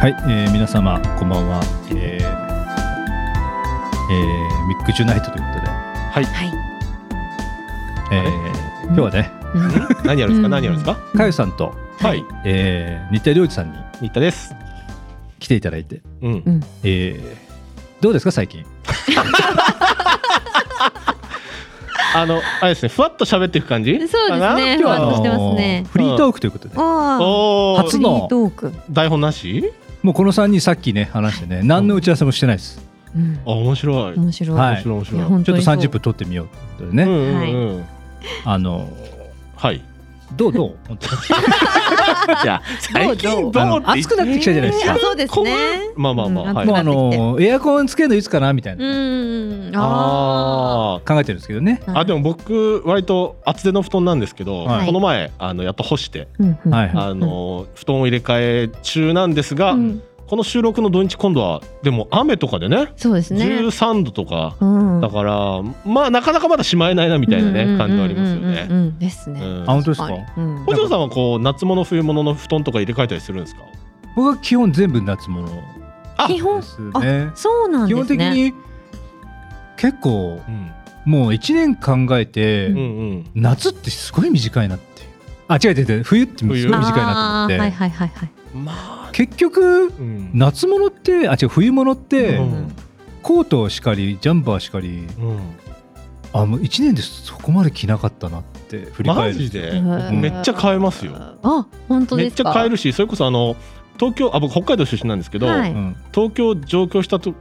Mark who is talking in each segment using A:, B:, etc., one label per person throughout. A: はい、えー、皆様こんばんは、えーえーミックジュナイトということで、
B: はい。
A: えー今日はね
C: 何やるんです
B: う
C: か
B: ん
C: 何やるんですか
A: かよさんと、
C: はい。
A: えー、日田良二さんに
C: 新田です。
A: 来ていただいて、
C: うん
B: うん。
A: えーどうですか最近
C: あの、あれですね、ふわっと喋っていく感じ
B: そうですね
C: かな
B: ふわ
C: 今
B: っとして
C: 日は
B: ますね
A: フリートークということで、
B: ああ。
C: おー
A: 初
B: フリートーク。
C: 台本なし
A: もうこの3人さっきね話してね何の打ち合わせもしてないです、
B: うん
C: あ、面白い。面
B: 面白い。
A: はい
C: 白い、面白
B: い
C: い。
B: や本
A: ち
B: 当
A: ょっと
B: にそう
A: 30分撮ってみようということでね、
C: うんうんうん。
A: あの
C: はい。
A: どうどう本当
C: いや、最近ど
A: あの
C: う
A: 暑くなってきたじゃないですか、
B: えーあそうですね。
C: まあまあまあ
B: うん
C: はい
A: もう
B: 暑
A: あ
B: くなってきて
A: のエアコンつけるのいつかなみたいな、
B: うん。あ
C: あ
A: 考えてるんですけどね、
B: あ
C: あ。あ、でも僕、割と厚手の布団なんですけど、
A: はい
C: この前、あの、やっと干して、
B: うんうん
A: はいはい
C: あの、布団を入れ替え中なんですが、
B: うん
C: この収録の土日今度は、でも雨とかでね、
B: そうですね。
C: 13度とか、
B: うん
C: だからまあなかなかまだしまえないなみたいなね感じはありますよ
B: うんう
C: ね。
B: んうんうん。ですね。
C: うん
A: あ本当ですか、
B: はいうん
C: 北条さんはこう夏物冬物の布団とか入れ替えたりするんですか？
A: 僕は基本全部夏物で
C: あ
B: 基本
A: すね
B: そうな
A: 基
B: んで
A: 本
B: す
A: 的
B: ね。
A: に結構
C: うん
A: もう1年考えて、
C: うんうん。
A: 夏ってすごい短いなっていうあ違う違う違う冬ってすごい短いなと思って、
B: あーはいはいはいはい。
C: まあ、
A: 結局
C: うん
A: 夏物ってあ違う冬物って、
C: うん
A: コートしかりジャンパーしかり
C: うん
A: あもう1年でそこまで着なかったなって振り
C: マ
A: 返る
C: ジで
B: うん
C: めっちゃ買えますよ。
B: あ、本当
C: め
B: で
C: っ
B: す
C: ち
B: か。
C: ゃ買え
B: る
C: るし、それこそあの東京あ僕北海道出身なんですけど、
B: は
A: う
B: い
A: ん、
C: 東京上京したと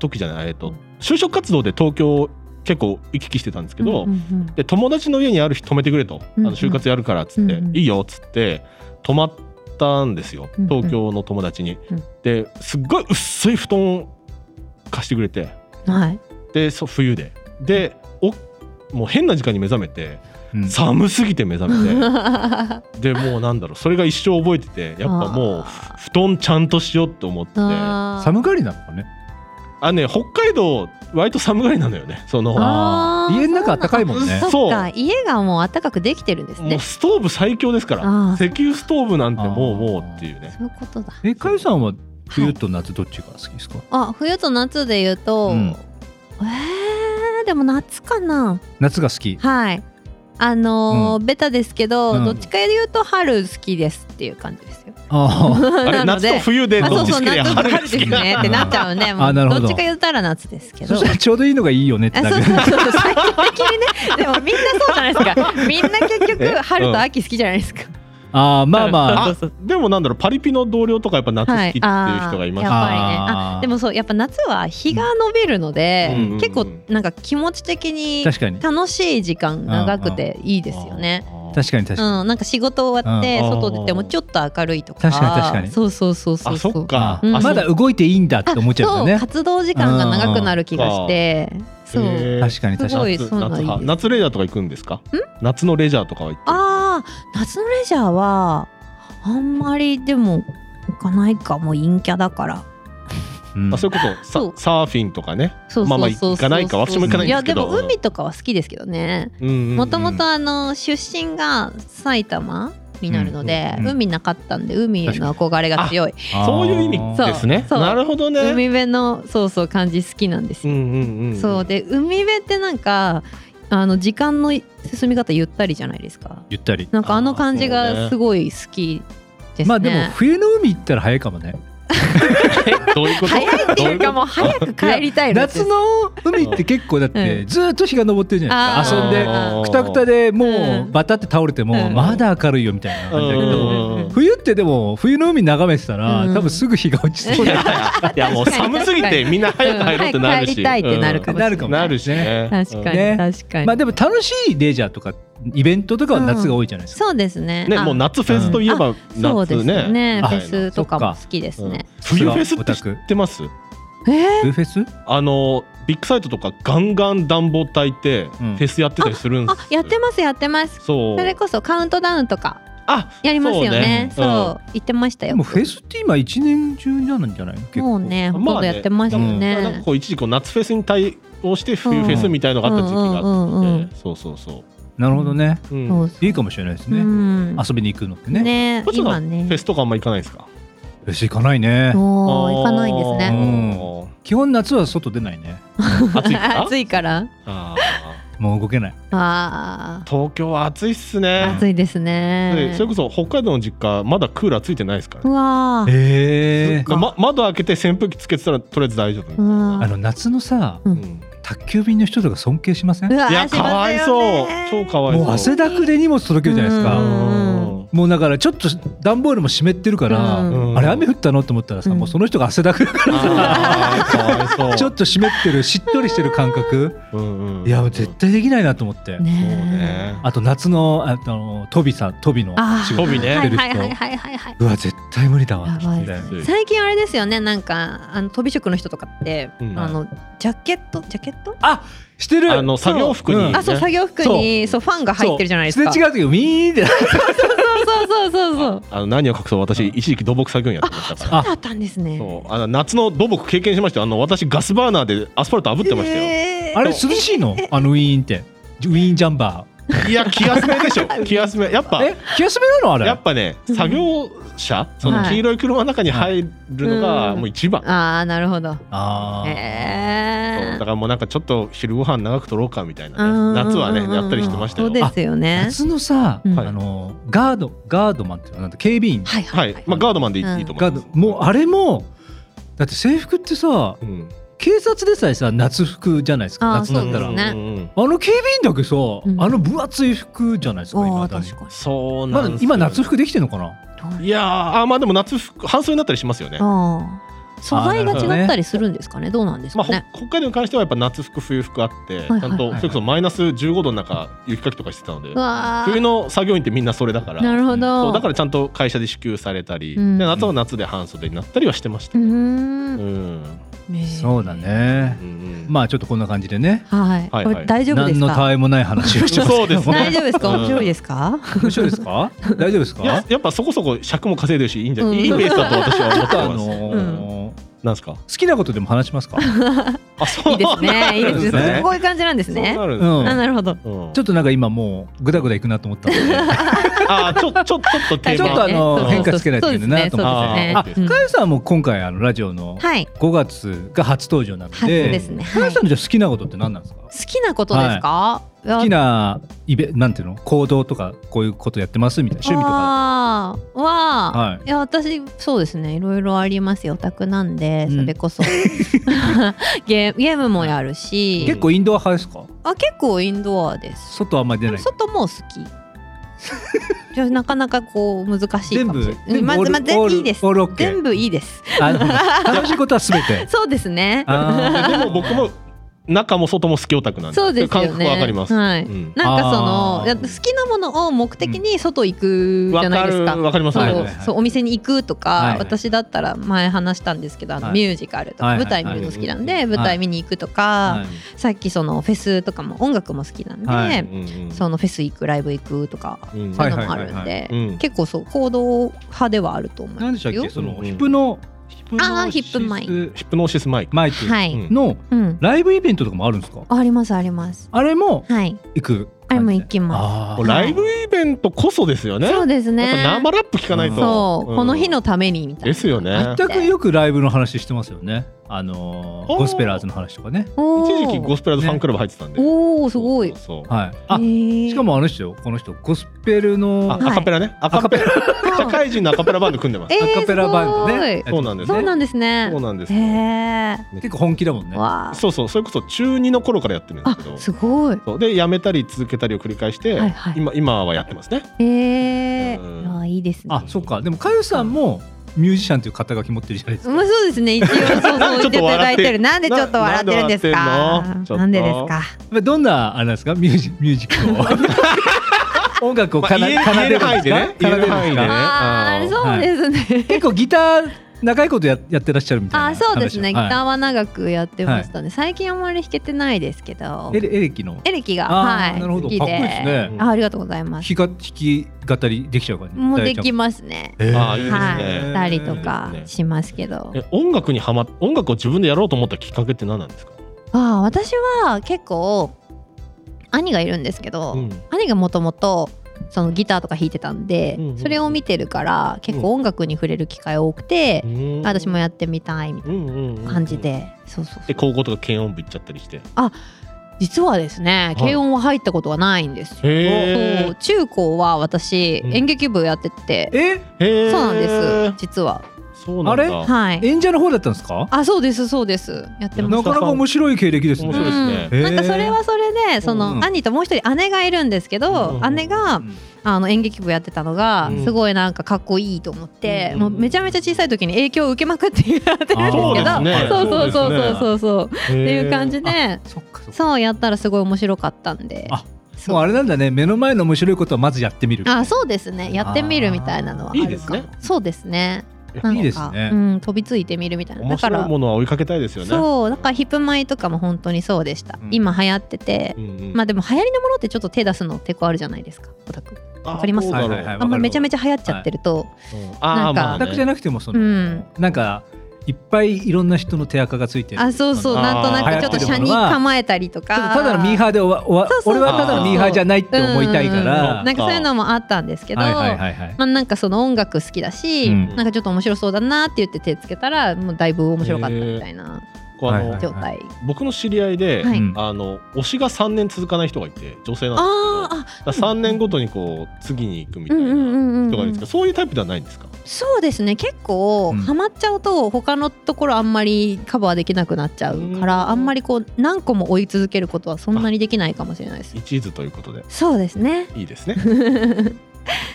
C: 時じゃないえっと就職活動で東京結構行き来してたんですけど。で友達の家にある日泊めてくれと、
B: うんうん
C: あの就活やるからっつって、
B: うんうん
C: いいよっつって泊まったんですよ
B: うんうん
C: 東京の友達に、
B: うん
C: ですっごい薄い布団を貸してくれて
B: はい。
C: でそう冬ででおもう変な時間に目覚めて
A: うん
C: 寒すぎて目覚 め
B: やって
C: でもうなんだろうそれが一生覚えててやっぱもう布団ちゃんとしようと思ってあ
A: 寒がりなのかね
C: のね北海道割と寒がりなのよねその
B: あー
A: 家の中暖かいもんね
C: そう
B: そっか家がもう暖かくできてるんです
C: も
B: ね
C: う。ストーブ最強ですか
B: あ
C: ら
B: ー
C: 石油ストーブなんてもう
A: あー
C: もうっていうね
B: そういうことだ。
A: えかゆさんは
B: は
A: 冬
B: い
A: と夏どっちが好きですか、
B: あ冬と夏で言うと、
A: うん
B: えー、でも夏かな。
A: 夏が好き
B: はい。あのーベタですけど、
A: うん
B: どっちかで言うと春好きですっていう感じですよ。
A: あ
C: あれ
B: なの
C: 夏と
B: で。
C: 冬で
B: あ
C: どっ
B: そう
C: ち
B: そ
C: 好
B: う
C: きで
B: 夏と
C: 春好
B: 春です
C: きな
B: ねってなっちゃうね。も う
A: あなるほど
B: どっちか言ったら夏ですけ
A: あ
B: ど。
A: そしたらちょうどいいのがいいよねって
B: あ
A: な
B: そう
A: る
B: そうそう最終的にねでもみんなそうじゃないですか みんな結局春と秋好きじゃないですか、
A: あーまあまあ
C: あでもなんだろうパリピの同僚とかやっぱ夏好きっていう人がいま
B: や
C: す
B: っぱりね
A: あー
B: あでもそうやっぱ夏は日が伸びるので、
C: うんうん
B: 結構なんか気持ち的に
A: 確かに
B: 楽しい時間長くていいですよね。
A: 確かに確
B: う
A: かに、
B: ん、なんか仕事終わって
C: うん
B: 外出てもちょっと明るいとか
A: 確かに確かに
B: そうそうそうそう
C: あそっか
B: うん
C: あ
A: まだ動いていいんだって思っちゃうんだ
B: そう
A: よね
B: 活動時間が長くなる気がしてそう、
A: 確かに確
B: す
A: か
B: ご
A: に
B: い
C: 夏
B: そうなん
C: 夏
B: です
C: は夏レジャーとか行くんですか夏のレジャーとかは行って
B: あー夏のレジャーはあんまりでも行かないかも陰キャだから
A: うん
C: あそれこ
B: そ
C: そうササーフィンとかね
B: そうそうそうそう
C: まあまあ行かないか私も行かないんですけど
B: いやでも海とかは好きですけどねも
C: も
B: ともとあの出身が埼玉になるので、
A: うんうん
B: 海なかったんで海への憧れが強い
C: そういう意味
A: あー
B: そう
C: ですね
B: そう
C: なるほどね
B: 海辺のそうそう感じ好きなんです
C: うん
B: よ、
C: うんうん
B: そうで海辺ってなんかあの時間の進み方ゆったりじゃないですか
A: ゆったり
B: なんかあの感じ
C: あーそう
B: が
C: ね
B: すごい好きですね
A: まあでも冬の海行ったら早いかもね
C: えどういうこと
B: 早いっていうか
C: ど
B: もう早く帰りたいの
A: 夏の海って結構だって
B: うん
A: ずーっと日が昇ってるじゃないです
C: う
A: か遊ん
C: いうこと
A: で
B: あー
A: くたくたでも
B: う
A: うんバタって倒れても
B: うん
A: まだ明るいよみたいな感じだけ
B: うん
A: ど冬ってでも冬の海眺めてたら
B: うん
A: 多分すぐ日が落ちそう
C: い
A: だ
C: やいやもう寒すぎてみんな早く入ろうってなる
B: うん早く帰
C: し
B: りたいってなるか
A: よ
B: も
A: ねなるかも
C: なるしね
B: 確かに、
A: ね
B: 確かに、
A: まあでも楽しいレジャーとかイベントとかは夏が多いじゃないですか、
B: そうですね
C: ね
B: あ
C: もう夏フェスといえば
B: そうで
C: 夏
B: すね
C: ね
B: フ
C: はい
B: ェスとかも好きですね、
C: 冬フェスって知ってます
B: え
A: 冬フェス
C: あのビッグサイトとかガンガン暖房焚いてフ
A: うん
C: ェスやってたりするん
B: ー
C: です
B: あやってますやってます
C: そう
B: それこそカウントダウンとか
C: あ
B: やりますよね
C: そ
B: そ
C: ううね
B: 言ってました
A: で
B: よ
A: もフェスって今一年中なんじゃないの結構
B: もうねほ
C: まあね
B: とんどやってますよ
C: うんなんか
B: ね、
C: こう一時こう夏フェスに対応して冬フェスみたいのがあった時期が
B: うんうんうん
C: あ
B: う
C: っ
B: ん
C: てそうそうそ
A: なるほどね
C: ううん
B: そう
C: フ
B: そ
A: いいかもしれないです
B: う
A: ね、
B: うん
A: 遊びに行くのってね
B: ね
C: こっちの
B: 今ね
C: ェスとかあんま行かないですか
A: よし行かないね
B: おー行かないんです
A: あ
B: ね
A: ー基本夏は外出ないね
C: うん暑いか
B: 暑いから
C: あー
A: もう動けない
B: あ
C: 東京は暑いっすね
B: ー暑いですね
C: でそれこそ北海道の実家まだクーラーついてないですからね
B: うわー
A: ええ
C: ま、窓開けて扇風機つけてたらとりあえず大丈夫みたい
B: うん
A: あ
C: な。
A: の夏のさ
B: う
C: うん
A: 宅急便の人とか尊敬しません
B: う
A: も
B: わー
C: いやかわいそう超かわいそう。
A: う汗だくで荷物届けるじゃないです
B: う
A: か
B: ん
A: もうだからちょっと段ボールも湿ってるから、
B: うん
C: うん
A: あれ雨降ったのと思ったらさ、
B: うん
A: もうその人が汗だくだか
C: あーかわいそう。
A: らちょっと湿ってるしっとりしてる感覚
C: うんうん
A: いや絶対できないなと思って、
B: ね
C: そう
B: え
C: ね。
A: あと夏のああのトビさんトビの
B: あー
A: 仕事
C: トビね
A: してる人、
B: はいはいはいはいはいはいう
A: わ絶対無理だわ
B: やばい
A: みたいな
C: うん
B: 最近あれですよねなんかあの飛び職の人とかって、
C: うん
B: あのジャケットジャケット
A: あしてる
C: あの作業服に
A: うん
B: あそう
C: ね
B: 作業服にそうファンが入ってるじゃないですか
A: そうすれ違う時ウィーンって
B: そうそうそうそう
C: あの何を隠そう私一時期土木作業員やってましたから。
B: あったんですね
C: そうあの夏の土木経験しましたよ。あの私ガスバーナーでアスファルト炙ってましたよ。
B: えー
A: あれ涼しいのあのウィーンってウィーンジャンバ
C: いや気休めでしょ。気休めやっぱ
A: ーえ気休めなのあれ
C: やっぱね
B: うん
C: 作業車その黄色い車の中に入るの
B: はい
C: が
B: うん
C: もう一番。
B: ああなるほど
A: あー
C: そうだ
B: え
C: からもうなんかちょっと昼ご飯長く取ろうかみたい
B: うんうんうん
C: なね夏はねやったりしてましたよ
B: そうですよね
A: 夏のさ、
B: うん
A: あのガードガードマンっていうのなんだ警備員
B: はいは
C: はいい、まあガードマンでいい,、
B: うん
C: いいと思
A: ガ
C: い
A: ー
C: ま
A: ド
C: す。
A: もうあれもだって制服ってさ
C: うん、
A: 警察でさえさ夏服じゃないですか
B: あー
A: 夏だったら、
B: そうですね
C: うん
A: あの警備員だけさ、
B: ん
A: あの分厚い服じゃないですか
B: お
A: 今
B: ー
A: だに
B: 確かに
C: そう
A: ま
C: な
A: だ
C: んですよ
A: 今夏服できてんのかない
C: やーあーまあでも夏服半袖になったりしますよね。
B: あー素材
A: あーなるほど
B: が
A: ね
B: 違ったりするんですかねどうなんです
C: ま
B: か
C: あ、ほ北
B: ね
C: 海道に関してはやっぱ夏服冬服あって、
B: はい
C: ちゃん
B: はい
C: と
A: はい
C: それこそマイナス15度の中雪かきとかしてたので
B: うわー
C: 冬の作業員ってみんなそれだから
B: なるほ
C: そう
B: ど
C: だからちゃんと会社で支給されたり、
B: うん
C: で夏は夏で半袖になったりはしてまし
B: う
C: た、
B: ー
C: うん
B: ん
A: そうだね
C: うん
A: まあちょっとこんな感じでね
B: はい
C: はいはい
B: これ大丈夫で
A: 何
B: す
A: の
B: か
A: たえもない話をしてますけども
C: そうで
B: 大丈夫ですか
C: うん
B: 面白いですか
A: 面白いですか大丈夫です
C: いや
A: か
C: やっぱそこそこ尺も稼いでるしいいんじゃ、
B: うん
C: いいペースだと私は
A: ちょ
C: 思っ
A: って とあ
C: ます、
A: のー
C: なんですか
A: 好きなことでも話しますかち
C: あそ
B: いいですねいいで
A: そうで
B: す
A: す
B: ね
A: ね
B: こういう感じなんです
C: そう
B: ね
C: なるんです
A: う
B: あ
A: ん
C: ね
B: なるほど
C: うん
A: ょっとなんか今もうグダグダいくなと思ったので
C: あーちょちょちょっとテーマ
A: ちょっとあの
B: そうそうそう
A: 変化つけないといけないなと思
C: って
B: そうですねそうですね
A: かよさんはもう今回あのラジオの
B: うんはい
A: 5月が初登場なの
B: 初
A: で
B: ですね
A: か
B: は
A: よ
B: い
A: さんのじゃあ好きなことって何なんですか
B: 好きなことですか
A: 好きなイベなんていうの行動とかこういうことやってますみたいな趣味とか
B: あーは、
A: はい
B: い、や私そうですねいろいろありますよオタクなんで
A: うん
B: それ こそ、ゲーゲームもやるし、
A: 結構インドア派ですか
B: あ結構インドアです
A: 外あんまり出ない
B: 外も好きじゃあなかなかこう難しい
A: 全
B: かも
A: 部
B: しれない
A: 全
B: うん
A: 部
B: ま
A: オー
B: ず
A: ル
B: まず
A: オール
B: いいです
A: オールオッケ
B: 全
A: ー
B: 部いいです
A: あなるほど楽しいことは全 て
B: そうですね
A: あ
C: でも僕も中も外も好きオタクなんで
B: そうですよね
C: 感覚わかります、
B: はい
C: うん
B: なんかそ
A: あ
B: の
A: ー
B: いや好きなものを目的に外行くじ
C: わ
B: ゃな
C: か
B: いです
C: る
B: か、
C: わかります
B: そう
C: わか
A: はい
C: り
A: はい
C: ま
A: はい
B: そうお店に行くとか、
A: はいはい
B: 私だったら前話したんですけどあの
A: はい
B: ミュージカルとか、
A: はいはい
B: 舞台見るの好きなんで、
C: はい
B: 舞台見に行くとか、
A: ーはい
B: さっきそのフェスとかも音楽も好きなんで、
A: はい
C: すうんうん
B: そのフェス行くライブ行くとか
C: うん
A: は
B: そう
A: い
B: いう
A: はい
B: のもあるんで
C: うん
B: 結構そう行動派ではあると思い
A: 何
B: ま
A: でし
B: す
A: たっ
B: よ
A: け。その
C: うん
A: ヒップのヒップ
B: あーヒップマイ
A: シス
C: ヒプノーシスマイク
A: マイク
B: はい、
C: うん
A: の
B: うん、
A: ライブイベントとかもあるんですか
B: ありますあります
A: あれも
B: はい
A: 行く
B: あれも行きます
A: あー
C: もうライブイベントこそですよね
B: そうで
C: や
B: す
C: っぱ
B: ね
C: 生ラップ聞かないと
B: そう、
C: ん
B: この日のためにみたいな
C: ですよね
A: 全くよくライブの話してますよねあのー
C: おー
A: ゴスペラーズの話とかね
B: お
C: 一
B: ー
C: 時期ゴスペラーズファンクラブ入ってたんで
B: おおすごい
C: そうそうそう
A: はいあし
B: し
A: かもあの人よこの人ゴスペルの
C: あ
A: ア
B: はい
C: アカペラねアカペラ社会人のアカペラバンド組んでます
B: えー
A: カペラバンド
B: すごい
A: ね
C: そうなんです
B: そうなんですね
C: そうなんですよ
B: へえ
A: 結構本気だもんね
B: わあ
C: そうそうそれこそ中二の頃からやってるんです
B: あ
C: けど
B: すごい
C: そうで辞めたり続けたりを繰り返して、
B: はいはい
C: 今今はやってますね。
B: へえ
C: うん
B: あいいですね
A: あそっかでもかよさんもミュージシャンという肩書き持ってるじゃないですか
B: まあそうですね一応そう
C: なん
B: そう
C: で ちょっと
B: 言っていただ
C: 笑
B: い
C: って
B: てるなんでちょっと笑ってるんです
C: ななんで笑ってんの
B: か
C: ちょっと
B: なんでですか
A: まあどんなあれなんですかミュージミュージック を音楽を奏
C: まあ
A: で
C: 言え
A: 奏でるん
C: 言え
A: で
C: る範囲でね
A: すか奏でるんです
C: 言える範囲で
A: か
C: ね
B: あーそう
A: はい
B: です ね
A: 結構ギター長いことややってらっしゃるみたいな
B: あそうですねギタ
A: 話
B: ーは長くやってましたね最近あんまり弾けてないですけど
A: はいエレエレキの
B: エレキが
A: あー
B: はい
A: なるほど
B: 好き
A: かっこいいです
B: で
A: ね
B: あありがとうござい
A: 弾
B: ます
A: きが弾き語りできちゃう感じ
B: もうでき
A: ま
B: ますね
A: す
C: あーいいですね
B: はい
C: へ
B: したりとかしますけど
C: え音楽にハマ音楽を自分でやろうと思ったきっかけって何なんですか？
B: ああ私は結構兄がいるんですけど、
C: うん
B: 兄がもともとそのギターとか弾いてたんで、
C: うんうん
B: それを見てるから結構音楽に触れる機会多くて、
C: うん
B: あ私もやってみたいみたい
C: うんうんうん
B: な感じで、そうそうそ
C: で
B: う
C: 高校とか検音部行っちゃったりして
B: 実はですね
C: い
B: 軽音は入ったことがないんですよ、
C: へー
B: そう中高は私
C: うん
B: 演劇部やってて、
A: え
C: へえ
B: そうなんです実は
C: そうなんだ
A: あれ
C: 面
B: はい
A: 演者の方だったんですか
B: あそうですそうですやってま
A: な
B: し
A: かな
B: た
A: か面白い経歴ですね
C: 面白いですね
B: うん、なんかそれはそれでその、
A: うん
B: 兄ともう一人姉がいるんですけど、
C: うん
B: 姉があの演劇部やってたのが、
C: うん
B: すごいなんかかっこいいと思って、
C: うん
B: もうめちゃめちゃ小さい時に影響を受けまくってやってるんですけど
A: あーそうですね
B: そうそうそうそうそうそう、
C: っ
B: って
C: て
B: いう感じで
A: そっかそっか
B: そうやったらすごい面白かったんで
A: あ
B: そう
A: もうあれなんだね目の前の面白いことはまずやってみる
B: あそうですねやってみるみたいなのはあるかも
C: いいですね
B: そうですね
C: いや
B: なんか
A: いいですね
B: うん、飛びついてみるみたいな
C: 面
B: だか
C: 白
B: ら
C: いものは追いかけたいですよね
B: そうだからヒップマイとかも本当にそうでした、
A: うん
B: 今流行ってて、
C: うんうん
B: まあでも流行りのものってちょっと手出すの抵抗あるじゃないですかオタク
C: あ
B: わかります
C: どうだろう
A: はいはい
B: あんまめちゃめ
A: ち
B: ちゃ流行っちゃってると、
C: うんあー
B: なんか
C: まあ
A: ゃだけじゃ
C: ね
A: なくてもその、
B: うん
A: なんかいっぱいいろんな人の手垢がついてる
B: あそうそう
A: の
B: なんとな
A: あ
B: く
A: ー
B: ちょっと車に構えてるものは構えたりと
A: ちょっ
B: か
A: とただのミーハーで終わ終わ
B: そうそうそう
A: 俺はただのミーハーじゃないって思いたいか
B: う
A: ら、
B: んなんかそういうのもあったんですけど、
A: はいはいはいはい
B: まあ、なんかその音楽好きだし、
A: うん
B: なんかちょっと面白そうだなって言って手つけたらもうだいぶ面白かったみたいな
C: こうあの
A: はい
B: 状態、
C: 僕の知り合いで、
B: はい
A: うん
C: あの推しが3年続かない人がいて女性なん
B: あ
C: です
B: ーあ
C: けど3年ごとにこう次に行くみたい
B: うんうんう
C: なん
B: んうんう
C: 人がいるんですけどそういうタイプではないんですか
B: そうですね結構
A: うん
B: ハマっちゃうと他のところあんまりカバーできなくなっちゃうから、
C: うん
B: あんまりこう何個も追い続けることはそんなにできないかもしれないです
C: 一途ということで
B: そうで すね
C: いいです ね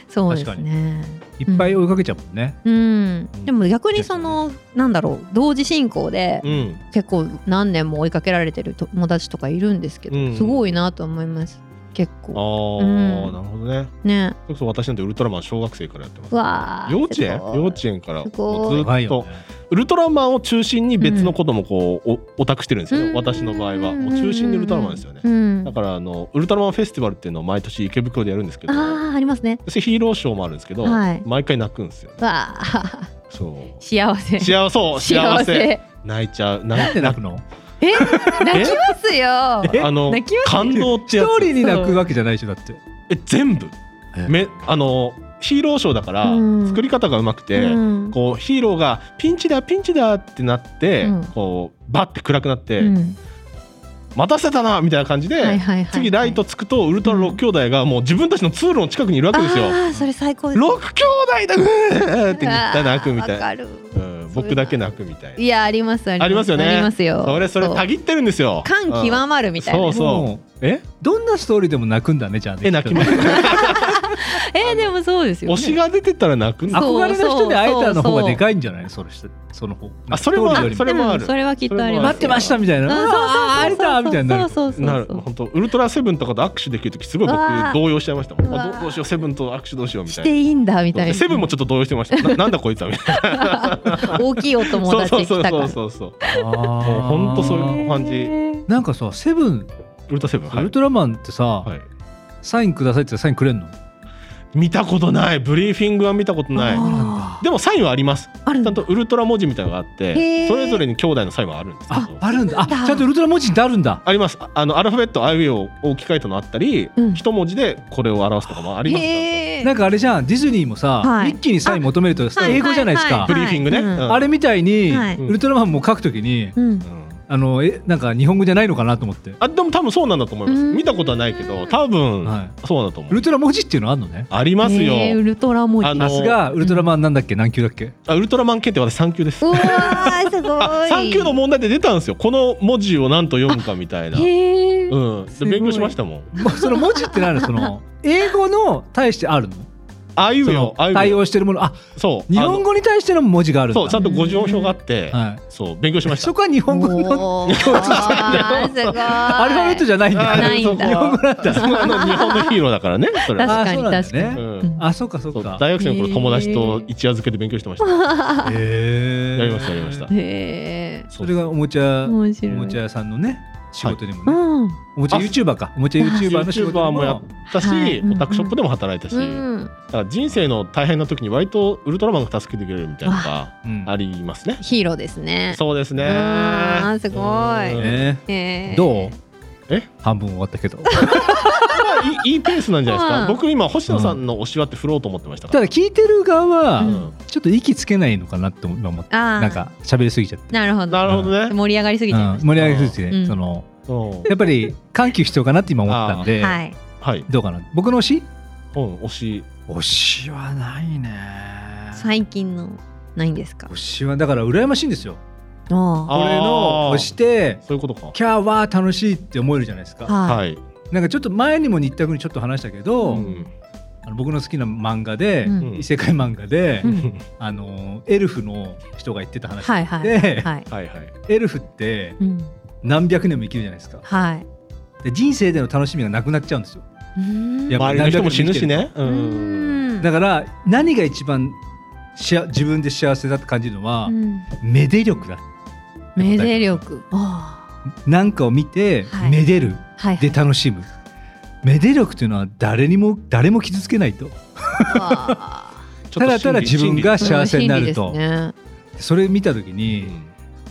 B: そうですね
A: いっぱい追いかけちゃうもんね、
B: うん
C: うん
B: でも逆にその、なんだろう同時進行で
C: うん
B: 結構何年も追いかけられてる友達とかいるんですけど、
C: うん
B: すごいなと思います結
C: あ
B: 構
C: あ、
B: うん
C: なるほどね
B: ね
C: それこそ私なんてウルトラマン小学生からやってます
B: うわー
C: 幼稚園
B: すごい
C: 幼稚園から
B: す
C: も
B: ごいう
C: ず
A: 怖い
C: っ
A: よ
C: と
A: ね
C: ウルトラマンを中心に別のこともこうおオタクしてるんですよ
B: う
C: ね
B: ん
C: 私の場合はもう中心にウルトラマンですよね
B: うん
C: だからあのウルトラマンフェスティバルっていうのを毎年池袋でやるんですけど
B: ああありますね
C: 私ヒーローショーもあるんですけど、
B: はい
C: 毎回泣くんですよね。
B: わあ
C: そう。
B: 幸せ
C: 幸せ、そう、幸せ。
B: 幸
C: 泣いちゃう。
A: なん
C: 泣
A: で
C: い
A: 泣くの
B: え泣きますよ
C: あの
B: 泣きます
C: 感動ってや
A: 一
C: つ。
A: 人に泣くわけじゃないしだって
C: え全部
A: え。
C: めあのヒーローショーだから、
B: うん
C: 作り方がうまくて、
B: うん
C: こうヒーローがピンチだピンチだってなって、
B: うん
C: こうバッて暗くなって、
B: うん
C: 待たせたなみたいな感じで。
B: はいはいはいはい
C: 次ライトつくとウルトラ6兄弟がもう自分たちの通路の近くにいるわけですよ。
B: ああそれ最高です
C: 6兄弟だうーって言った泣くみたい
B: わ
C: な、
B: かる
C: うん、僕だけ泣くみたいない
B: やありますあ
C: ありますよね
B: ありますよ
C: それそれ
B: う
C: たぎってるんですよ。
B: 感
C: うん
B: 極まるみたいな、
C: そう
A: もうえどんなストーリーでも泣くんだねじゃあね
C: え泣きます。
B: えーでもそうですよ、ね、
C: 推しが出てたら泣くん
B: あ
C: だ。
A: 憧れの人で会えたの方がでかいんじゃないそれしてその方
C: あそれも
A: スト
C: あ
A: ーリーより
C: るそれもある
B: で。それはきっとありますよ
A: 待ってましたみたいな
B: うんそうそうそう
A: ああ会えたみたいになる
B: そうそう
C: な
B: そ
C: る
B: うそう
C: 本当ウルトラセブンとかと握手できるときすごい僕
B: うわー
C: 動揺しちゃいましたもん。
B: うわ
C: あ
B: ー
C: どうどうしようセブンと握手どうしようみ
B: した
C: い
B: ていいんだみたい
C: な。
B: な
C: セブンもちょっと動揺してま した。ななんだこいつはみたいな。
B: 大きいお友
C: そう
B: 達
C: そうそ
B: 来
C: う
B: たか
C: そう
B: ら
C: そうそう。
A: も
C: うほんとそういう感じ
A: なんかさセブン
C: ウルトラセブン。
A: ウ
C: はい
A: ルトラマンってさ、
C: はい。
A: サインくださいって言ったらサインくれんの
C: 見たことないブリーフィングは見たこと
B: あ
C: ない。
B: ー
C: でもサインはあります。
B: あるん
C: ちゃ
B: だ
C: んとウルトラ文字みたいなのがあっ
B: へ
C: て
B: ー
C: それぞれに兄弟のサインはあるんですけど
A: あ。あるんだあ
B: そうなんだ
A: ちゃんとウルトラ文字ってあるんだ
C: ありますああのアルファベットあいうえおを置き換えたのあったり、
B: うん
C: 一文字でこれを表すとかもありますから
B: へー
A: なんかあれじゃんディズニーもさ、
B: はい
A: 一気にサイン求めると英語じゃないですか、
B: は
C: ブリーフィングね、
B: はい
C: うん
A: あれみたいに、
B: はい
A: ウルトラマンも書くときに、
B: うん
C: うん
A: あのえなんか日本語じゃないのかなと思って、
C: あでも多分そうなんだと思います
B: うん
C: 見たことはないけど多分
A: は
C: そうだと思
A: い、ウ
C: う
A: ルトラ文字っていうのあるのね
C: ありますよ、
B: えーウルトラ文字
C: あの
A: さすがウルトラマンなんだっけ何級だっけ
C: あウルトラマン検定私3級です
B: うわーすごい
C: あ3級の問題で出たんですよこの文字を何と読むかみたいな
B: へー
C: うん
A: す
C: で
A: ごい
C: 勉強しましたもん
A: もうその文字って 何その英語の対してあるの
C: あいう
A: そ
C: えお
A: の
C: あいうえ
A: 対
C: お
A: 応してるものあ
C: そう
A: 日
C: あ
A: 本
C: の
A: 語に対しての文字があるんだ
C: そうちゃんと五字音表があって、
A: は
C: そう勉強しま
A: い、
C: した
A: そこは日本語の
B: おーあーすごい
A: アルファベットじゃないん
C: あ
A: だ
C: ー
B: ないんだ
C: そこはそこはあの日本のヒーローだからねそれ
B: 確
C: は
A: あー
B: かに
A: そうなんだ
B: 確
A: ね
B: かに、
C: うん
A: あそうかそう
C: そう
A: か
C: 大学生の頃友達と一夜漬けで勉強してました、
A: へえ
C: やりましたやりました
B: へえ
A: それがおもちゃお
B: 面白い
A: もちゃ屋さんのね仕事にもね、
B: うん
A: おもちゃ YouTuber かおもちゃ YouTuber の仕事
C: YouTuber
A: にも
C: もやったし、
B: はいうんうん
C: オタクショップでも働いたし、
B: うん
C: だから人生の大変な時に割とウルトラマンが助けてくれるみたいなのが
A: うん
C: ありますね。
B: ヒーローですね
C: そうですね。
B: あーすごい
C: うん
A: ね
B: へー
A: どう
C: え
A: 半分終わったけど
C: いいいいペースなんじゃないですか、
B: うん
C: 僕今星野さんの推しはって振ろうと思ってました か
A: た
C: ら、
A: だ聞いてる側は、
B: うん
A: ちょっと息つけないのかなって今思って
B: あー
A: なんか喋りすぎちゃって、
B: なるほど
C: なるほどね、
B: 盛り上がりすぎ
A: う
B: ちゃいま
A: ん、
B: し
A: 盛り上げすぎて、
B: うん
A: その
C: うん
A: やっぱり緩急必要かなって今思ったんで、
B: た、はい
C: はい、
A: どうかな僕の推し
C: うん、推し
A: 推しはないね
B: 最近のないんですか
A: 推しはだから羨ましいんですよ
B: あ
C: あー
A: 俺の推して
C: そういうことか
A: キャーは楽しいって思えるじゃないです
B: あ
A: か
B: は
C: はいい、
A: なんかちょっと前にも新田君にちょっと話したけど、
C: うん
A: あの僕の好きな漫画で、
B: うん
C: うん
A: 異世界漫画で、
B: う
C: うんん
A: あのエルフの人が言ってた話で、
B: はいはいは い
C: はいはい
A: エルフって
B: うん
A: 何百年も生きるじゃないですか
B: はい
A: で人生での楽しみがなくなっちゃうんですよ
B: うーん
A: やっぱ
C: 周りの人も死ぬしねう
B: うんーん
A: だから何が一番しあ自分で幸せだって感じるのは、
B: うん
A: めで力だ
B: 目出力あ
A: なんかを見て、
B: はい
A: めでる
B: あはいは
A: で
B: い
A: 楽しむめで力というのは誰にも誰も傷つけないと
B: あ
C: ちょ
A: ただ
C: っと心理
A: ただ自分が
B: ー
A: 幸せになると
B: うん、心理ですね
A: それ見た時
C: 心理
A: に、
C: うん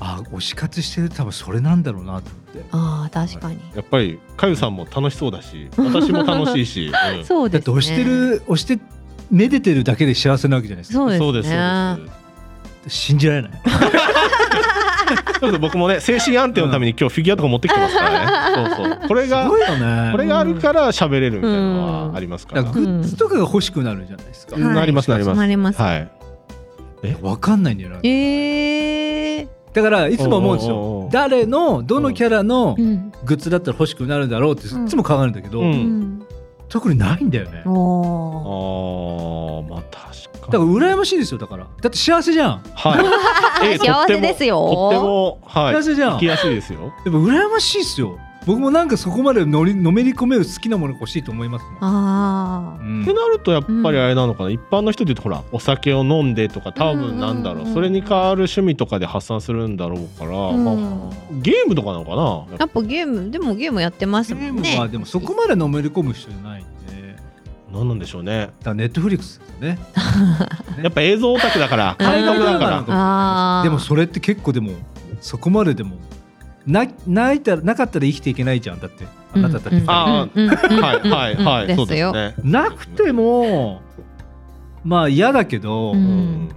A: あ推し活してる多分それなんだろうなと思って
B: ああ確かに
C: やっぱりかゆさんも楽しそうだし私も楽しいし、うん
B: そう
A: だ
B: で
A: っ
B: す
A: て
B: ね
A: 押してる押してめでてるだけで幸せなわけじゃないですか
B: そうですね
C: そうですそうです
A: 信じられない
C: そうそう僕もね精神安定のために今日フィギュアとか持ってきてますからねそうそう これ
A: す
C: が
A: ごいよね
C: これ
A: だか
C: があるから喋れるみたいなのはありますから
A: らグッズとかが欲しくなるじゃないですか、
B: うんはい
C: なりますなります
B: なります
C: はい
A: わかんないんだよな
B: ええ
A: だからいつも思うんです
C: おうおうおうお
A: よ
C: う
A: 誰のどのキャラの
B: うん
A: グッズだったら欲しくなるだろうっていつも考えるんだけど、
C: うん
B: うん
A: 特にないんだよねだか
C: あ
B: おお
C: ーまあ確かに
A: ら羨ましいですよだからだって幸せじゃん
C: はいええ
B: 幸せですよ
C: とってもとってもはい
A: 幸せじゃ
C: 行
A: ん
C: き
A: で
C: やすいですよ
A: も羨ましいですよ僕もなんかそこまでのりのめり込める好きなものが欲しいと思いますもん
B: あ
A: う
B: あ
A: ん
C: ってなるとやっぱりあれなのかな、一般の人で言うとほらお酒を飲んでとか多分なんだろう,、
B: うんうんうん
C: それに変わる趣味とかで発散するんだろうから、
B: うん
C: まあゲームとかなのかな
B: やっぱゲームでもゲームやってます
A: ゲ
B: も
A: ー
B: ん
A: ム
B: ね
A: はでもそこまでのめり込む人じゃないんで
C: 何なんでしょうね
A: だからネットフリックスですよね
C: やっぱ映像オタクだから
B: うん
C: 感覚だか
A: う
C: ら
A: ん
B: ああ
A: でもそれって結構でもそこまででもなないたらなかったら生きていけないじゃんだってあなたたち、
B: うんうん
C: あ
B: うんうんうん
C: はいはいはい、
B: うん
C: そ
B: で
C: う
B: す
C: で
B: よ
C: すね
A: なくてもまあ嫌だけど、う
B: うんん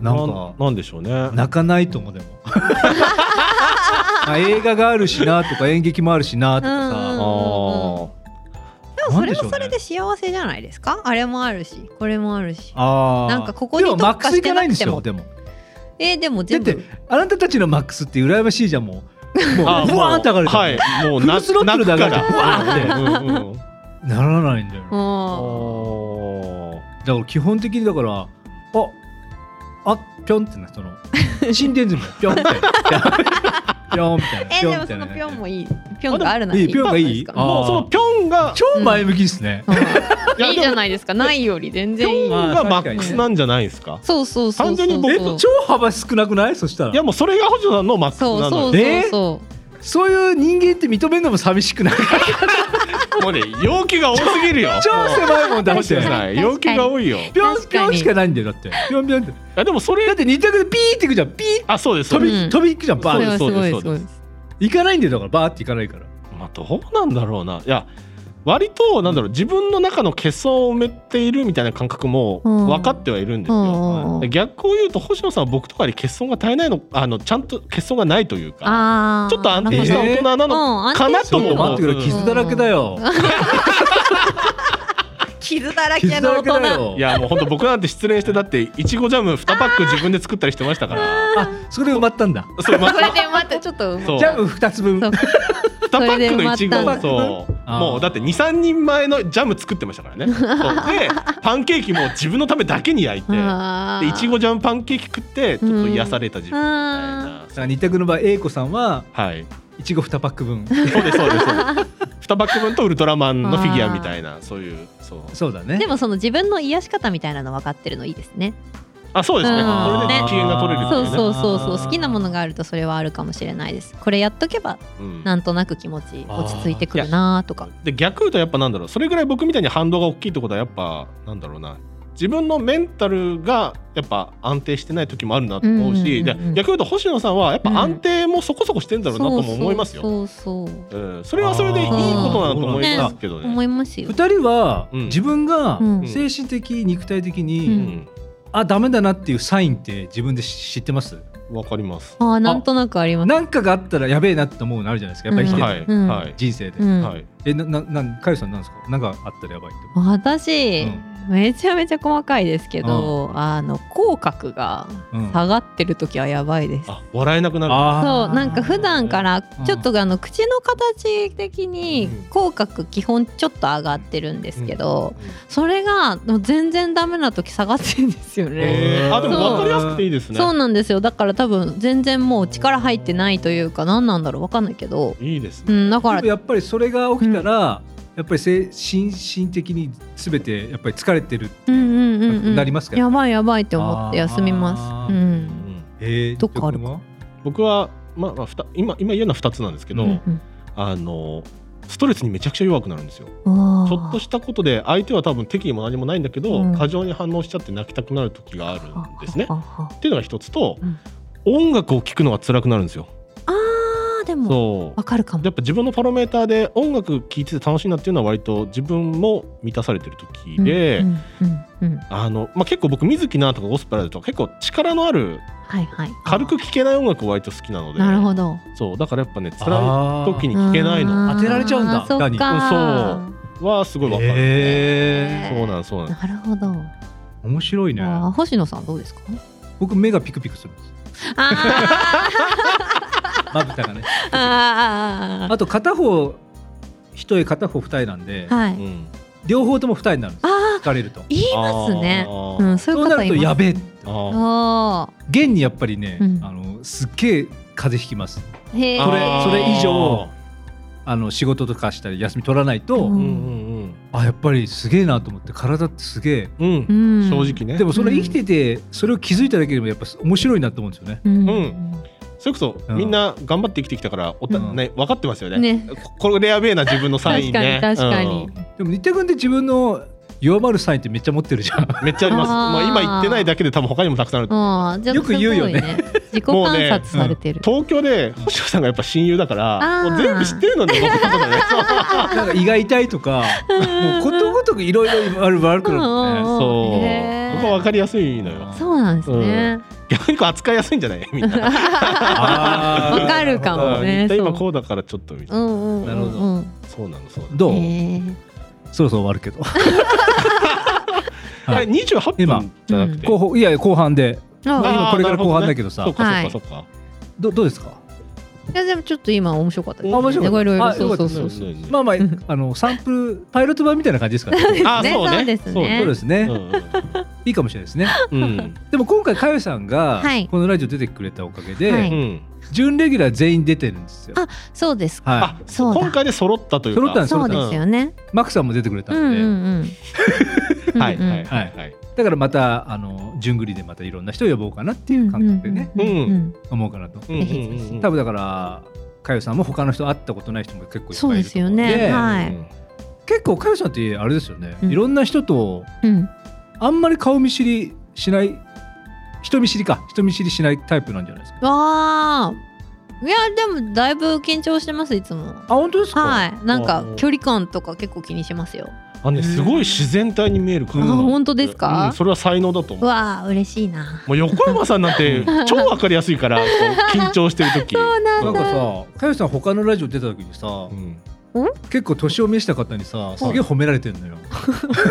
A: な
C: なん
A: ん
C: な
A: か
C: んでしょうね
A: 泣かないとも でもまあ映画があるしなとか演劇もあるしなとかさ、
B: うん
C: あー
B: でもそ
A: なん
B: れ
A: でしょ
B: も
A: うね
B: それで幸せじゃないですかあれもあるしこれもあるし
A: あー
B: なんかここに特化
A: でもマックスいかないんですよ
B: して
A: でも
B: えーでも
A: だっ
B: 全
A: て
B: 部
A: あなたたちのマックスって羨ましいじゃんもう もう
C: あー
A: ブワーンって上がるじゃん、
C: はいもう
A: フルスロットルで上がる
C: 泣くから
A: ブ
C: うんうんうん
A: ならないんだよ、
B: う
A: だ
B: ん
C: おー
A: から基本的にだからああぴょんってなその心電図みたいな ぴょんってぴょんみたいなぴょんみたいな
B: えーでもその
A: ね
B: ピョンもいいピョンがあるなら
A: いいピョンがいい
B: じゃな
A: あ
C: もうそのピョンが
A: 超前向きですね、
B: ですかうん
C: いや
B: いいじゃないですかないより全然いい
A: まあ
C: がマックスなんじゃないですか
B: そうそうそうそう
C: 完全に僕
A: え
B: そう
A: 超幅少なくないそしたら
C: いやもうそれが星野さんのマックス
B: そう
C: な
B: そ
C: の
B: う
C: で
B: そうそ
A: そういう人間って認めるのも寂しくない
C: もうね要求が多すぎ るよ
A: 超狭いもんだっ
C: 星
A: て
C: 野さん要求が多いよい
A: ぴょん
B: 確
A: ぴ
B: か
A: ょ
B: に
A: んしかないんだよだってぴょんぴょんってだ
C: やでもそれ
A: って二択でピーっていくじゃんピー
C: あそうですそう
A: 飛
C: で
A: び、
C: す
B: うん
A: 飛びいくじゃん
B: う
A: バ
B: そ
A: ー
B: れ
A: ン
B: はすごい
C: そ
B: す
C: うですそ
B: ご
C: う
B: い
C: で
A: 行かないんだよだからバーって行かないから
C: まあどうなんだろうないや割となんだろう自分の中の欠損を埋めているみたいな感覚も
B: うん
C: 分かってはいるんです
B: うん
C: よ。
B: うんうん
C: 逆を言うと星野さんは僕とかに欠損が足りないのあのちゃんと欠損がないというか
B: あー
C: ちょっと安定した大人なの
B: うん
C: かな
B: 安定し
C: と
B: てる
C: も
A: そう
C: 思
A: 待
C: う
A: ってくれ傷だらけだよ、
B: 傷だらけ
A: 傷だら
B: の大
A: けだ
B: 人
A: よ
C: いやもう本当僕なんて失恋してだっていちごジャム2パック自分で作ったりしてましたから
A: あそれ埋まったんだ
C: そうま
B: それで待ってちょっと
C: そう
A: ジャム二つ分
B: そう
C: 2パックのいちご
B: それで埋ま
A: んだ
B: った
C: そう
A: あー
C: もうだって23人前のジャム作ってましたからね。 そうでパンケーキも自分のためだけに焼いて
B: あ
C: で
B: ー
C: いちごジャムパンケーキ食ってちょっと癒された自分みたい
B: あ
C: な。
A: だから二択の場合 A 子さんは
C: はい
A: いちご二パック分
C: そうですそうですそうです。2パッ ク分とウルトラマンのフィギュアみたいなそういうそう
A: そうだ
B: ー
A: ね
B: でもその自分の癒し方みたいなの分かってるのいいですね
C: あそうですね。
B: うん
C: これで機嫌が取れるってい
B: そう
C: ね。
B: そうそうそ
A: あ
B: う
A: ー
B: 好きなものがあるとそれはあるかもしれないですこれやっとけば
C: うん
B: なんとなく気持ち落ち着いてくるなーとか
C: で逆言うとやっぱなんだろうそれぐらい僕みたいに反動が大きいってことはやっぱなんだろうな自分のメンタルがやっぱ安定してない時もあるなと思うし、
B: うんうんうんうん
C: で逆に言うと星野さんはやっぱ安定もそこそこしてんだろうなとも思いますよ。うん
B: そうそうそう
C: それはそれでいいことなのと思いますけど
B: そう
C: ね。
B: 思いますよ。
A: 2人は
C: うん
A: 自分が
B: うん
A: 精神的肉体的
C: う
A: に
C: ん
A: あダメだなっていうサインって自分で知ってます
C: わ、かります。
B: ああなんとなくあります。
A: なんかがあったらやべえなって思うのあるじゃないですかやっぱり生きて
C: は
A: る
C: い、
B: うん
C: はい、
A: 人生で、
B: うん
C: はい。
A: えなななんかゆさんなんですかなんかあったらやばいって
B: 私、
A: うん
B: めちゃめちゃ細かいですけど、あの口角が
A: うん
B: 下がってる時はやばいです。
C: あ笑えなくなる。
A: あー
B: そうなんか普段から
A: うん
B: ちょっとあの口の形的に
C: うん
B: 口角基本ちょっと上がってるんですけど、
C: うん
B: それがもう全然ダメな時下がってんですよね。
C: えーあでも
B: そう
C: わかりやすくていいですね
B: そう。なんですよだから多分全然もう力入ってないというか何なんだろうわかんないけど、
C: いいです
B: う
C: ね。
B: ん、だから
A: でもやっぱりそれが起きたら、やっぱり精心身的に全てやっぱり疲れてる
B: うんうんうんうん
A: なりますか
B: やばいやばいって思って休み
A: あ
B: ます。
A: ー
B: うん
C: うん
A: えー
B: どっかあるか
A: じゃあ
C: 僕はまあ、まあ、ふた今今言うのは二つなんですけど、
B: うんうん
C: あのストレスにめちゃくちゃ弱くなるんですよ。
B: あー
C: ちょっとしたことで相手は多分敵意も何もないんだけど、
B: うん
C: 過剰に反応しちゃって泣きたくなる時があるんですね。
B: あああ
C: っていうのが一つと、
B: うん
C: 音楽を聴くのが辛くなるんですよ。
B: あーでも
C: そう
B: わかるかも
C: やっぱ自分のパロメーターで音楽聴いてて楽しいなっていうのは割と自分も満たされてる時で、
B: うんうんうんうん
C: あのまあ、結構僕水木なとかゴスペラーとか結構力のある
B: はいはい
C: 軽く聴けない音楽を割と好きなので
B: なるほど
C: そうだからやっぱね
A: 僕も
C: 辛い時に聴けないの
B: あー
A: 当てられちゃうんだ
B: そっ
A: ダニ
B: か
C: はすごいわかる、
A: え
C: そうなんそうなん
B: なるほど
A: ー面白いね
B: あー星野さんどうですか
A: 僕目がピクピクするんです
B: あー
A: まぶたがね
B: あーあーあーあ
A: あと片方一重片方二重なんで、
B: ーは
C: う
B: い
C: ん
A: 両方とも二重になるんです
B: あー
A: 疲れると
B: 言います
C: あ
B: ね
C: ー
B: うんそうい
A: そううな
B: 方
A: る
B: い
A: と
B: ます
A: やべえ
C: あー
B: あ
A: 現にやっぱりね、
B: うん
A: あのすっげえ風邪ひきます
B: ーへえ
A: それそれ以上
C: あ
A: あの仕事とかしたり休み取らないと、
C: ー
B: うん
C: うんうん
A: あやっぱりすげえなと思って体ってすげえ
C: うん、うん
B: 正
C: 正直ね
A: でもそれ
B: うん
A: 生きててそれを気づいただけでもやっぱ面白いなと思うんですよね。
B: うん
C: うんそれこそ、
A: うん
C: みんな頑張って生きてきたからおた、
A: うん
C: ね、分かってますよね
B: ね
C: ここれやべえな自分のサイ
B: 確
C: ン
B: かに
C: ね
B: 確かに
C: うん
A: でも新田君って自分の弱まるサインってめっちゃ持ってるじゃ ん。
C: めっちゃあります
B: あー
C: まあ、今言ってないだけで多分他にもたくさんある
B: ああじゃあ
A: よく言うよね
B: すごい自己観察されてる
C: 東京で星野さんがやっぱ親友だから
B: あー
C: もう全部知ってるのね僕のこと ね
A: なんか胃が痛いとかもうことごとくいろいろ悪悪くなる
B: うん
A: ね。
C: そうそう
B: へー
C: 僕は分かりやすいのよ
B: そう なんですね、
C: 逆にこう扱いやすいんじゃないみんな
A: あー
B: わかるかも
C: うん
B: ね
C: 一体今
B: そう
C: こうだからちょっとみた
B: う
C: いなん
B: うんうんうん
A: なるほ
B: ど
C: そうなのそうなの
A: どう、
B: え
A: そろそろ終わるけど。
C: あれ28
A: 今
C: 分じゃなくて
A: 後半いや後半で
C: あ
B: あ
A: 今これから後半だけどさ
C: そう
B: は
C: か
B: い
C: そうかそうか
A: どどうですか
B: いやでもちょっと今面白かったですね
A: あ面白かった
B: いろいろ
A: あ
B: そうそう
C: そ
B: そうう
C: そうそう
A: まあまああのサンプルパイロット版みたいな感じです からね。
C: あそう
B: そう
C: ね
B: ですね
C: そう
A: そうですね、
C: う
A: いいかもしれないです ね。
C: んうん
A: でも今回かよさんが
B: はい
A: このラジオ出てくれたおかげで、
B: は
C: う
B: い
C: ん
A: 準レギュラー全員出てるんですよ。
B: あそうですか
A: は
C: あ
B: そうだ
C: 今回で揃ったというか
A: 揃ったんです
B: そうですよね
A: い、マックさんも出てくれた
B: うんん
A: で、
B: うんうんうん
C: はい
B: うん
C: はいはいはい
A: だからまたあの順繰りでまたいろんな人を呼ぼうかなっていう感覚でね、
B: うんうんうんうん
A: 思うかなと。
C: うんうんうん
A: 多分だからかよさんも他の人会ったことない人も結構いっ
B: そう
A: ぱい
B: で
A: いる
B: す
A: と思う
B: よ
A: んで
B: ねは
C: う
B: い
C: ん
A: 結構かよさんってあれですよね、
B: うん
A: いろんな人と
B: うん
A: あんまり顔見知りしない人見知りか人見知りしないタイプなんじゃないですか。
B: わあいやでもだいぶ緊張してますいつも
A: あ本当ですか、
B: はいなん
C: あ
B: か
C: ー
B: 距離感とか結構気にしますよ
C: あのねすごい自然体に見えるから
A: あ
B: 本当ですか
C: うんそれは才能だと思う
B: わあ嬉しいな
C: もう横山さんなん て超わかりやすいからこう緊張してる時
B: そうなん
A: な
B: だ
A: んかさかよさん他のラジオ出た時にさ、
C: うん
A: 結構年を召した方にさすげえ褒められてんのよ。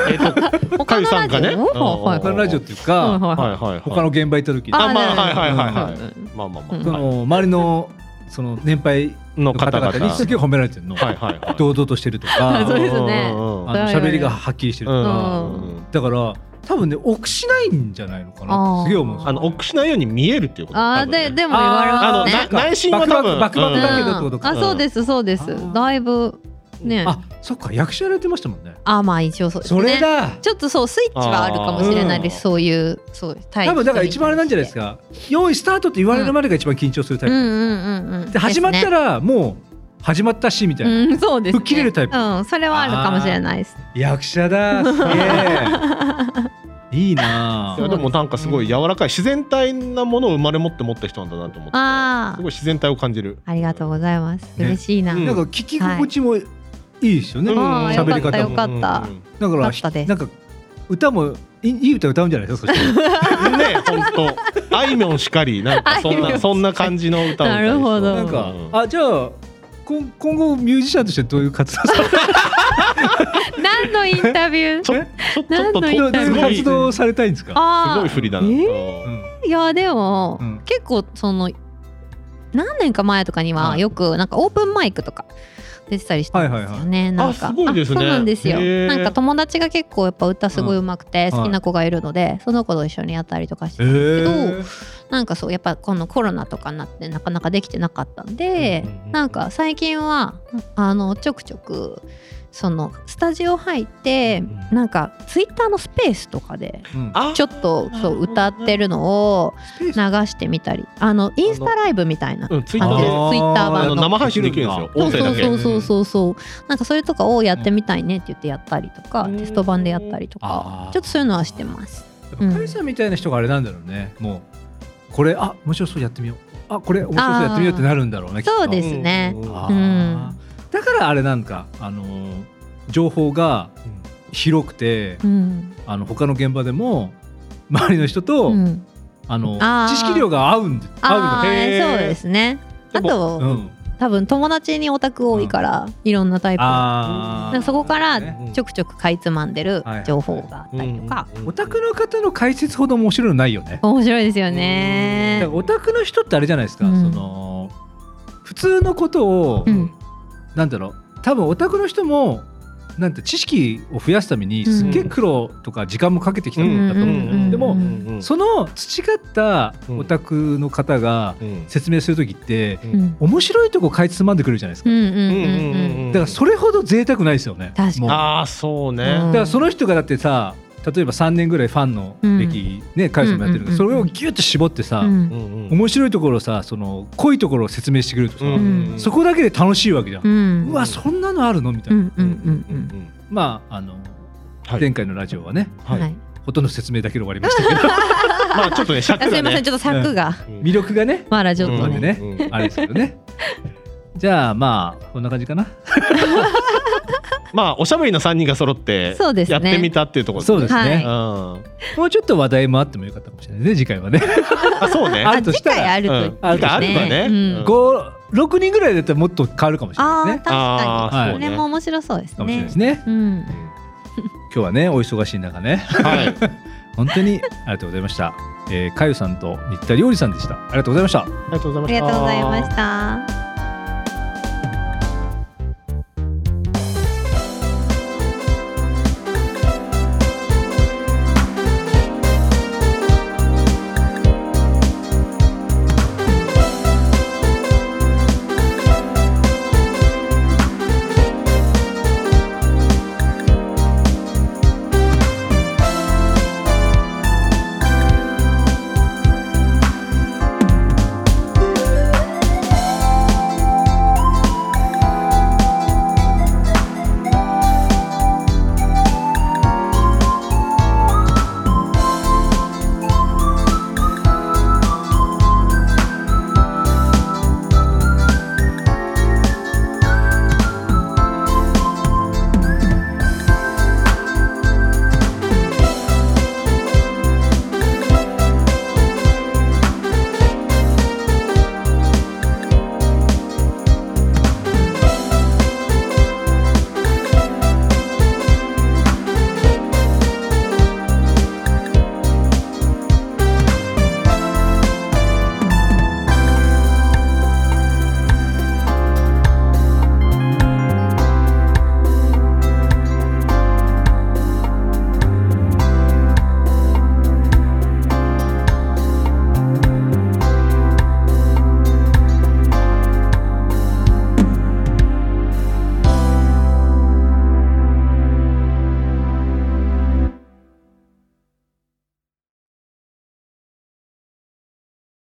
C: えっとかゆさんがね
B: 他のラジオはい
A: 他のラジオっていうか、
B: はいはい
C: はい
B: はい
C: はいはい
A: 他の現場行った時に
C: あ
B: ー
C: まあ
B: なるほど
A: はいはい
C: はいはい
B: うんうんうん
C: まあまあまあ
A: そ
C: はい
A: の周りのその年配の
C: の
A: 方
C: 方々
A: 々にすげえ褒められてるの、
C: はいはいはい
A: 堂々としてると か
B: そうですね
C: うんうん
A: あの喋りがはっきりしてる
C: う
A: と
C: ん
A: か、
C: うんうん
A: だから多分ね臆しないんじゃないのかなってすげえ思うんです
C: あの臆しないように見えるっていうこと多
B: あー
C: 分
B: で
C: ね
B: でも言われ
C: あ
B: ま
C: の
B: す
C: な
B: ね
C: 内心は多分
A: バクバク
C: うん
A: バクバクだけどってことか
B: あそうですそうです
A: あー
B: だいぶね
A: あそっか役者やられてましたもんね
B: あまあ一応そうです
A: それ
B: ね
A: だ
B: ちょっとそうスイッチはあるかもしれないで
C: あー
B: すそういうそうです
A: 多分だから一番あれなんじゃないですか用意スタートって言われるまでが一番緊張するタ
B: う
A: イ
B: ん
A: プ、
B: うんうんうん
A: で始まった
B: ら
A: らもう始まったしみたいな、
B: うんそうですね
A: 吹っ切れるタイプ
B: うんそれはあるかもしれないです
A: 役者だすげえ いいなあ
C: いやでもなんかすごい柔らかい自然体なものを生まれ持って持った人なんだなと思って
B: あ
C: す
B: あ
C: ごい自然体を感じる
B: ありがとうございます
A: ね
B: 嬉しいな、
C: うん
A: なんか聞き心地もいいですよね、
B: んあー
A: 喋り方
B: よかったよかった
C: うん
A: だか
B: よからったです
A: なんか歌もいいいい歌歌うんじゃないですかそして
C: うんね本当あいみょんしかりなんかそん
B: あいみょんしか
C: な
B: り
C: そんな感じの歌を歌いそう
B: なるほ ど
A: なんか、
C: うん
A: あじゃあ今今後ミュージシャンとしてどういう活動され
B: 何のインタビ ュ
C: ち
B: ー
C: ょちょちょ
B: 何
C: っと
B: の
C: と
B: インタ
A: どういう
C: す
B: ビュ
C: ご
B: ー
C: い
A: 活
C: す
A: 動されたいんですか
B: あ
C: ごい
B: あ
C: 振りだな、
B: え
A: う
C: うん
A: ん
B: いやでも、
A: うん
B: 結構その何年か前とかには
A: はい
B: よくなんかオープンマイクとか出てたりしたんですよね、なんか
C: あすごいですね
B: あそうなんですよ
C: へー
B: なんか友達が結構やっぱ歌すごい上手くて
A: うん
B: 好きな子がいるので、その子と一緒にやったりとかして、
A: えー
B: なんかそうやっぱこのコロナとかになってなかなかできてなかったんで、
C: うんうんうん
B: なんか最近はあのちょくちょくそのスタジオ入って、
A: うん
B: なんかツイッターのスペースとかで
A: うん
C: あ
B: ちょっとそう歌ってるのを流してみたりあのインスタライブみたいな
C: うんツイッ
B: あ
C: タ
B: の
C: ーで
A: ー
B: ツイッター版
C: あの生配信できるんですよ
B: そう
C: 音声
B: そ
C: だ
B: う
C: け
B: そうそうそうそうなんかそれとかをやってみたいねって言ってやったりとか、
C: うん
B: テスト版でやったりとか
A: あー
B: ちょっとそういうのはしてますうん
A: カリさんみたいな人があれなんだろうねもうこれあ面白そうやってみようあこれ面白そうやってみようってなるんだろうねきっと
B: そうですね
C: うん
A: あ
C: う
A: ー
C: ん
B: うん
A: だからあれなんかあのー情報が広くて、
B: うん、
A: あの他の現場でも周りの人と、
B: うん、
A: あの
B: あー
A: 知識量が合うんで合
B: ああ
A: う
B: そう
A: の
C: へー
B: ですね
C: で
B: あ
C: も
B: と、
A: うん、
B: 多分友達にオタク多いから、いろんなタイプの
A: あー
B: なんかそこから
A: ね
B: ちょくちょくかいつまんでる情報があったりとか、
C: うん
A: オタクの方の解説ほど面白いのないよね。
B: 面白いですよ
A: だ
B: ね
A: からオタクの人ってあれじゃないですか、
B: うん
A: その普通のことを、
B: うん
A: なんだろう多分オタクの人もなんて知識を増やすために
B: うん
A: すっげえ苦労とか時間もかけてきたんだと思う、
B: うんうんうん
A: でも
C: うんうん
A: その培ったオタクの方が
C: うん
A: 説明する時って
C: う
B: うん
C: ん
A: 面白いとこ買いつまんでくるじゃないです
B: う
A: か、
B: んうん
C: う
B: うん
C: う
B: んう
C: ん
B: ん
C: うん
A: だからそれほど贅沢ないですよね
B: 確かに
A: もうだか
C: ああそう
B: うん
C: ね
A: らその人がだってさ例えば3年ぐらいファンの歴、ねカイさんもやってるけど、
B: うんうん
A: それ
B: うんうん
A: をギュッと絞ってさ、
C: う
B: うん
C: んうん
A: 面白いところをさその濃いところを説明してくれるとさ、
B: ん
A: そこだけで楽しいわけじゃん、
B: う
A: うんわそんなのあるのみたいな、
B: うんうんうん
A: まああの、
C: はい
A: 前回のラジオはね
B: うん。
C: は
B: はいい。
A: ほとんど説明だけで終わりましたけど
C: まあちょっとね尺
B: あす
C: が
B: いません、
C: ね
B: ちょっと柵が。
A: 魅力がね
B: まだちょっ
A: な
B: と
A: んで
B: ね。
A: ね、
C: うん
A: あれですけど ねじゃあまあこんな感じかな
C: まあおしゃべりの三人が揃って
B: そうですね
C: やってみたっていうところ
A: そうですね、
B: はい
C: うん
A: もうちょっと話題もあってもよかったかもしれないね次回はね
C: あそうね
A: あ
B: あ、
A: ると
B: 次
A: したら
B: 回あるとい
C: う
B: い
C: ん
A: あるとしたら
B: です
C: ね
B: うん
C: ご
A: 56人ぐらいだったらもっと変わるかもしれ
B: あ
A: ない
B: ー
A: ですね
B: 確か
A: あーそ
B: に。
A: う
B: こ
A: ね
B: れも面白そうです
A: かもしれない
B: ね
A: で。すね
B: うん。
A: 今日はねお忙しい中ね
C: はい
A: 本当にありがとうございました、えー、かゆさんと新田料理さんでしたありがとうございました
C: ありがとうございま
B: あ
C: し
B: り
C: た
B: がとうございました。